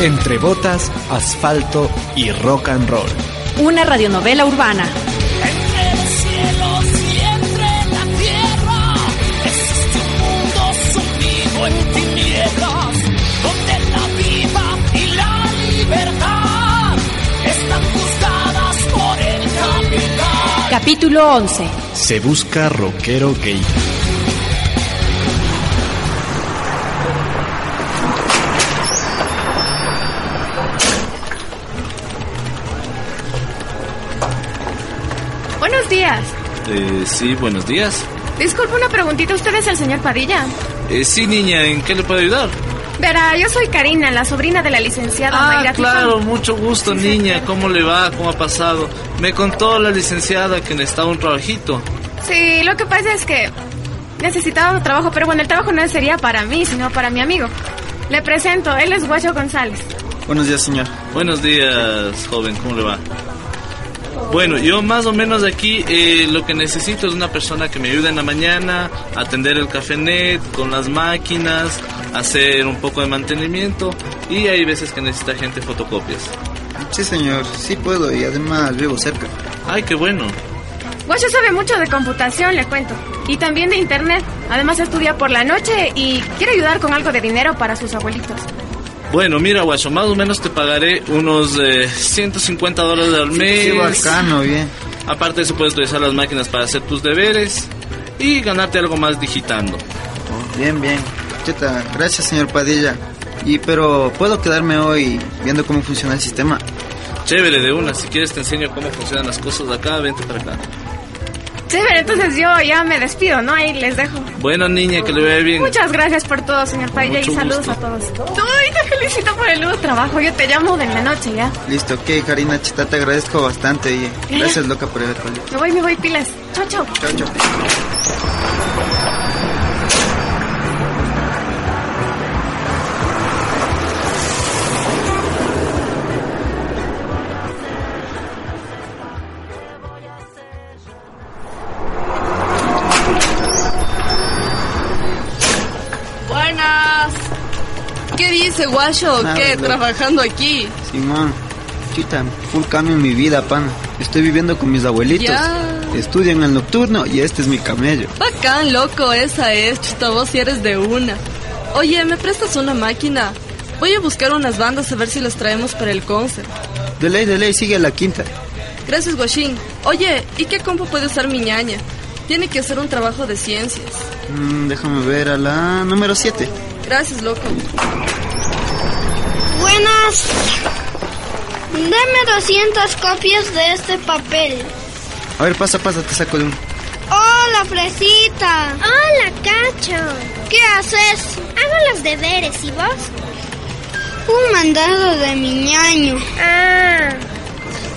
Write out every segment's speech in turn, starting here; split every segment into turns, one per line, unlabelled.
Entre botas, asfalto y rock and roll.
Una radionovela urbana.
Entre los cielos y entre la tierra existe un mundo sumido en tinieblas donde la vida y la libertad están buscadas por el capital.
Capítulo 11.
Se busca rockero gay.
Buenos días.
Eh, sí, buenos días.
Disculpe una preguntita, ¿usted es el señor Padilla?
Eh, sí, niña, ¿en qué le puedo ayudar?
Verá, yo soy Karina, la sobrina de la licenciada
Ah,
Mayra Tijón.
claro, mucho gusto, niña. ¿Cómo le va? ¿Cómo ha pasado? Me contó la licenciada que necesitaba un trabajito.
Sí, lo que pasa es que necesitaba un trabajo, pero bueno, el trabajo no sería para mí, sino para mi amigo. Le presento, él es Guacho González.
Buenos días, señor.
Buenos días, joven, ¿cómo le va? Bueno, yo más o menos aquí eh, lo que necesito es una persona que me ayude en la mañana, atender el cafenet con las máquinas, hacer un poco de mantenimiento y hay veces que necesita gente fotocopias.
Sí, señor, sí puedo y además vivo cerca.
Ay, qué bueno.
Guacho sabe mucho de computación, le cuento, y también de internet. Además estudia por la noche y quiere ayudar con algo de dinero para sus abuelitos.
Bueno, mira, guacho, más o menos te pagaré unos eh, 150 dólares al mes.
Qué bacano, bien.
Aparte de eso, puedes utilizar las máquinas para hacer tus deberes y ganarte algo más digitando.
Oh, Bien, bien. Cheta, gracias, señor Padilla. Y pero puedo quedarme hoy viendo cómo funciona el sistema.
Chévere de una, si quieres te enseño cómo funcionan las cosas de acá, vente para acá.
Sí, pero entonces yo ya me despido, ¿no? Ahí les dejo.
Bueno, niña, que le vea bien.
Muchas gracias por todo, señor Padilla, y
mucho
saludos
gusto.
a todos. Tú ahorita felicito por el nuevo trabajo, yo te llamo de la noche ya.
Listo, ok, Karina, cheta, te agradezco bastante y gracias, loca, por haber venido.
Me voy, me voy, pilas. Chao, chao.
Chao, chao.
Buenas. ¿Qué dice, guayo?
Nada,
¿Qué?
loco.
Trabajando aquí.
Simón, chita, full cambio en mi vida, pan. Estoy viviendo con mis abuelitos.
Ya.
Estudio en el nocturno y este es mi camello.
Bacán, loco, esa es. Chuta, vos si eres de una. Oye, ¿me prestas una máquina? Voy a buscar unas bandas a ver si las traemos para el concert.
De ley, de ley, sigue a la quinta.
Gracias, guachín. Oye, ¿y qué compu puede usar mi ñaña? Tiene que hacer un trabajo de ciencias.
Mm, déjame ver a la número 7.
Gracias, loco.
Buenas. Deme 200 copias de este papel.
A ver, pasa, pasa, te saco de un.
Hola, Fresita. Hola, Cacho. ¿Qué haces? Hago los deberes, ¿y vos? Un mandado de mi ñaño. Ah.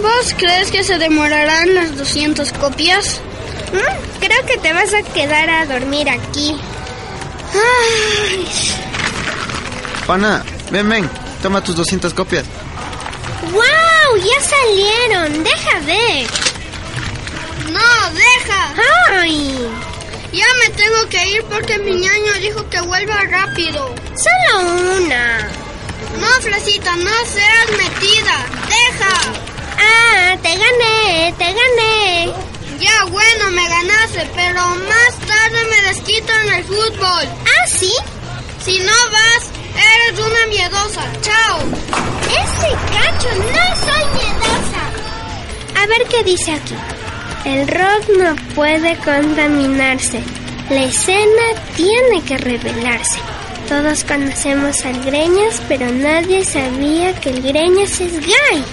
¿Vos crees que se demorarán las 200 copias? Mm, creo que te vas a quedar a dormir aquí. Ay,
Pana, ven, ven, toma tus 200 copias.
¡Wow! ¡Ya salieron! ¡Deja ver! ¡No, deja! ¡Ay! Ya me tengo que ir porque mi ñaño dijo que vuelva rápido. ¡Solo una! No, Fresita, no seas metida. ¡Deja! ¡Ah! ¡Te gané! ¡Te gané! Ya, bueno, me ganaste, pero más tarde me desquito en el fútbol. ¿Ah, sí? Si no vas, eres una miedosa. ¡Chao! ¡Ese cacho! ¡No soy miedosa! A ver qué dice aquí. El rock no puede contaminarse. La escena tiene que revelarse. Todos conocemos al Greñas, pero nadie sabía que el Greñas es gay.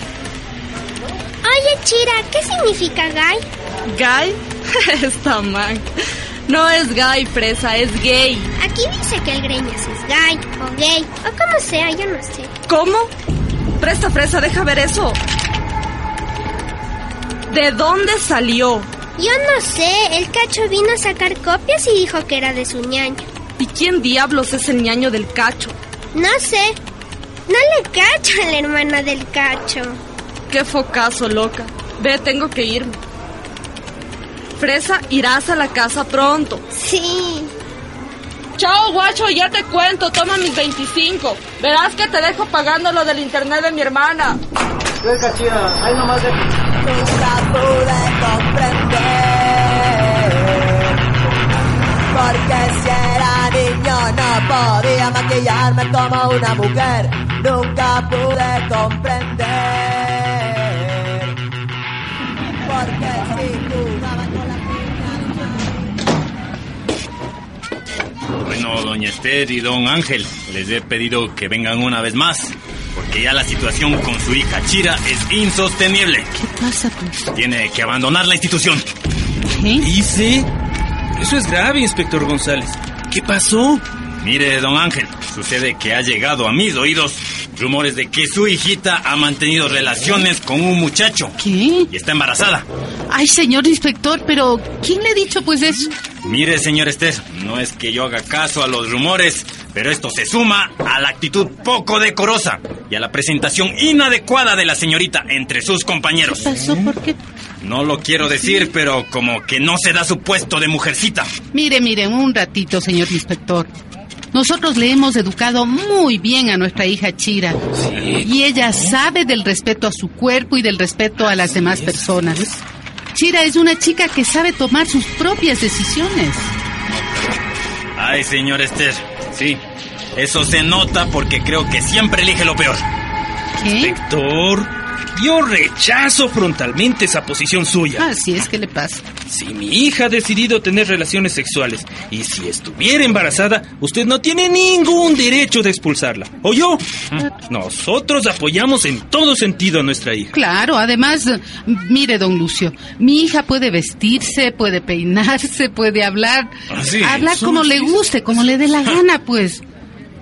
Oye, Chira, ¿qué significa gay?
¿Guy? Está man. No es guy, presa, es gay.
Aquí dice que el Greñas es gay o gay o como sea, yo no sé.
¿Cómo? Presta, presa, deja ver eso. ¿De dónde salió?
Yo no sé, el cacho vino a sacar copias y dijo que era de su ñaña.
¿Y quién diablos es el ñaño del cacho?
No sé. No le cacho a la hermana del cacho.
Qué focazo, loca. Ve, tengo que irme. Fresa, irás a la casa pronto.
Sí.
Chao, guacho, ya te cuento, toma mis 25. Verás que te dejo pagando lo del internet de mi hermana.
Venga, tía, ahí nomás de...
nunca pude comprender porque si era niño no podía maquillarme como una mujer nunca pude comprender porque si jugaba con la
Bueno, doña Esther y don Ángel, les he pedido que vengan una vez más, porque ya la situación con su hija Chira es insostenible.
¿Qué pasa, pues?
Tiene que abandonar la institución.
¿Qué?
sí? Eso es grave, inspector González. ¿Qué pasó?
Mire, don Ángel, sucede que ha llegado a mis oídos rumores de que su hijita ha mantenido relaciones con un muchacho
¿Qué?
y está embarazada.
Ay, señor inspector, pero ¿quién le ha dicho pues eso?
Mire, señor Esther, no es que yo haga caso a los rumores, pero esto se suma a la actitud poco decorosa y a la presentación inadecuada de la señorita entre sus compañeros.
¿Pasó por qué?
No lo quiero decir, pero como que no se da su puesto de mujercita.
Mire, mire, un ratito, señor inspector. Nosotros le hemos educado muy bien a nuestra hija Chira. Y ella sabe del respeto a su cuerpo y del respeto a las demás personas. Chira es una chica que sabe tomar sus propias decisiones.
Ay, señor Esther, sí. Eso se nota porque creo que siempre elige lo peor.
¿Qué?
Doctor, yo rechazo frontalmente esa posición suya.
Así es que le pasa.
Si mi hija ha decidido tener relaciones sexuales y si estuviera embarazada, usted no tiene ningún derecho de expulsarla. ¿O yo? Nosotros apoyamos en todo sentido a nuestra hija.
Mm. Claro, además, eh, mire, don Lucio, mi hija puede vestirse, puede peinarse, puede hablar,
Ah, sí,
hablar
somos
como le guste, como le dé la gana, pues.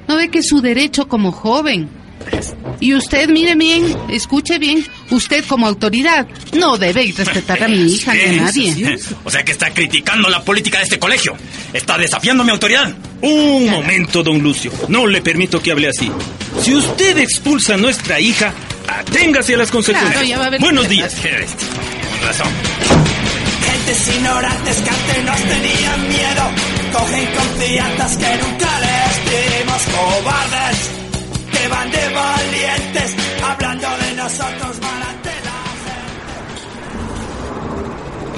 No ve que es su derecho como joven. Y usted, mire bien, escuche bien, usted como autoridad no debe respetar a mi hija ni a nadie.
O sea que está criticando la política de este colegio. Está desafiando mi autoridad. Un
momento, don Lucio. No le permito que hable así. Si usted expulsa a nuestra hija, aténgase a las consecuencias.
Claro, ya va a ver
Buenos
qué le
días.
Con razón.
Gentes ignorantes que antes nos tenían miedo, cogen confianzas que nunca les dimos cobardes, que van de valientes, hablando de nosotros mal ante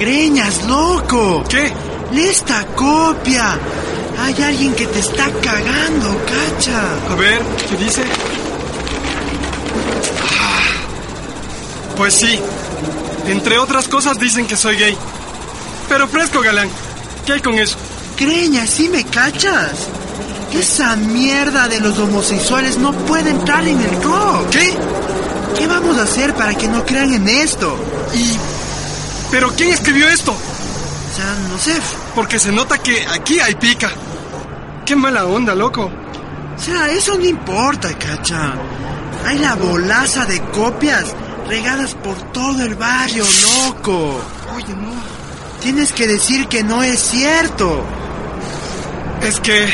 la
¡Greñas, loco!
¿Qué?
¡Lista copia! Hay alguien que te está cagando, cacha.
A ver, ¿qué dice? Ah, Pues sí. Entre otras cosas dicen que soy gay. Pero fresco, galán. ¿Qué hay con eso?
Greñas, ¿sí me cachas? Esa mierda de los homosexuales no puede entrar en el rock.
¿Qué?
¿Qué vamos a hacer para que no crean en esto?
¿Y... ¿Pero quién escribió esto?
O sea, no sé.
Porque se nota que aquí hay pica. Qué mala onda, loco.
O sea, eso no importa, cacha. Hay la bolaza de copias regadas por todo el barrio, loco.
Oye, no.
Tienes que decir que no es cierto.
Es que...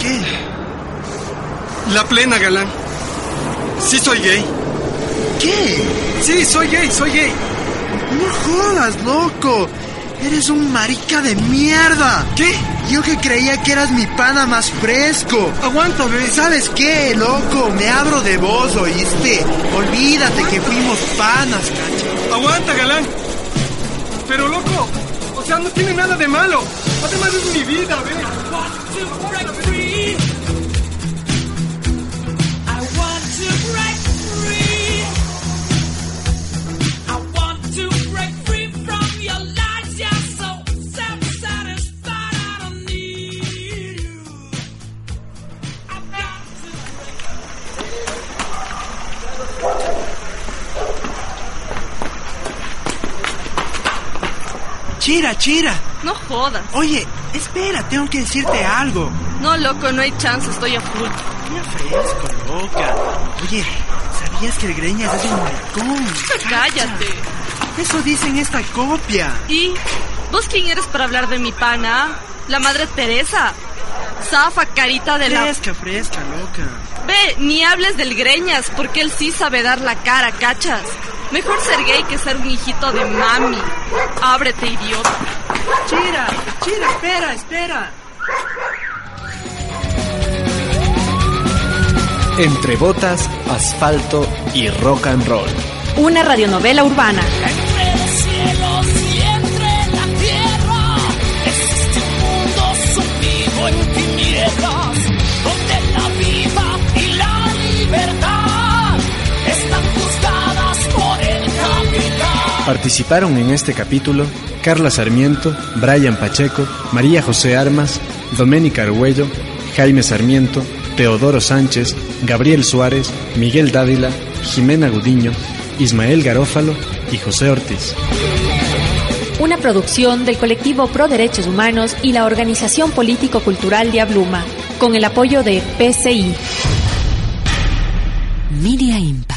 ¿Qué?
La plena, galán. Sí soy gay.
¿Qué?
Sí, soy gay, soy gay.
No jodas, loco. Eres un marica de mierda.
¿Qué?
Yo que creía que eras mi pana más fresco.
Aguanta,
Pero
ves.
¿Sabes qué, loco? Me abro de vos, ¿oíste? Olvídate que fuimos panas, cacha.
Aguanta, galán. Pero loco, o sea, no tiene nada de malo. Además es mi vida, ve.
Chira, chira.
No jodas.
Oye, espera, tengo que decirte algo.
No, loco, no hay chance, estoy a full.
Mira fresco, loca. Oye, ¿sabías que el Greñas es un maricón?
Cállate.
Eso dice en esta copia.
¿Y vos quién eres para hablar de mi pana? La madre Teresa. Zafa, carita de la...
Fresca, fresca, loca.
Ve, ni hables del greñas, porque él sí sabe dar la cara, ¿cachas? Mejor ser gay que ser un hijito de mami. Ábrete, idiota.
Chira, chira, espera, espera.
Entre botas, asfalto y rock and roll.
Una radionovela urbana.
Entre los cielos y entre la tierra existe un mundo sumido en tinieblas donde la vida y la libertad están juzgadas por el capital.
Participaron en este capítulo Carla Sarmiento, Brian Pacheco, María José Armas, Doménica Argüello, Jaime Sarmiento, Teodoro Sánchez, Gabriel Suárez, Miguel Dávila, Jimena Gudiño, Ismael Garófalo y José Ortiz.
Una producción del colectivo Pro Derechos Humanos y la organización político-cultural Diabluma, con el apoyo de PCI.
Media Imp.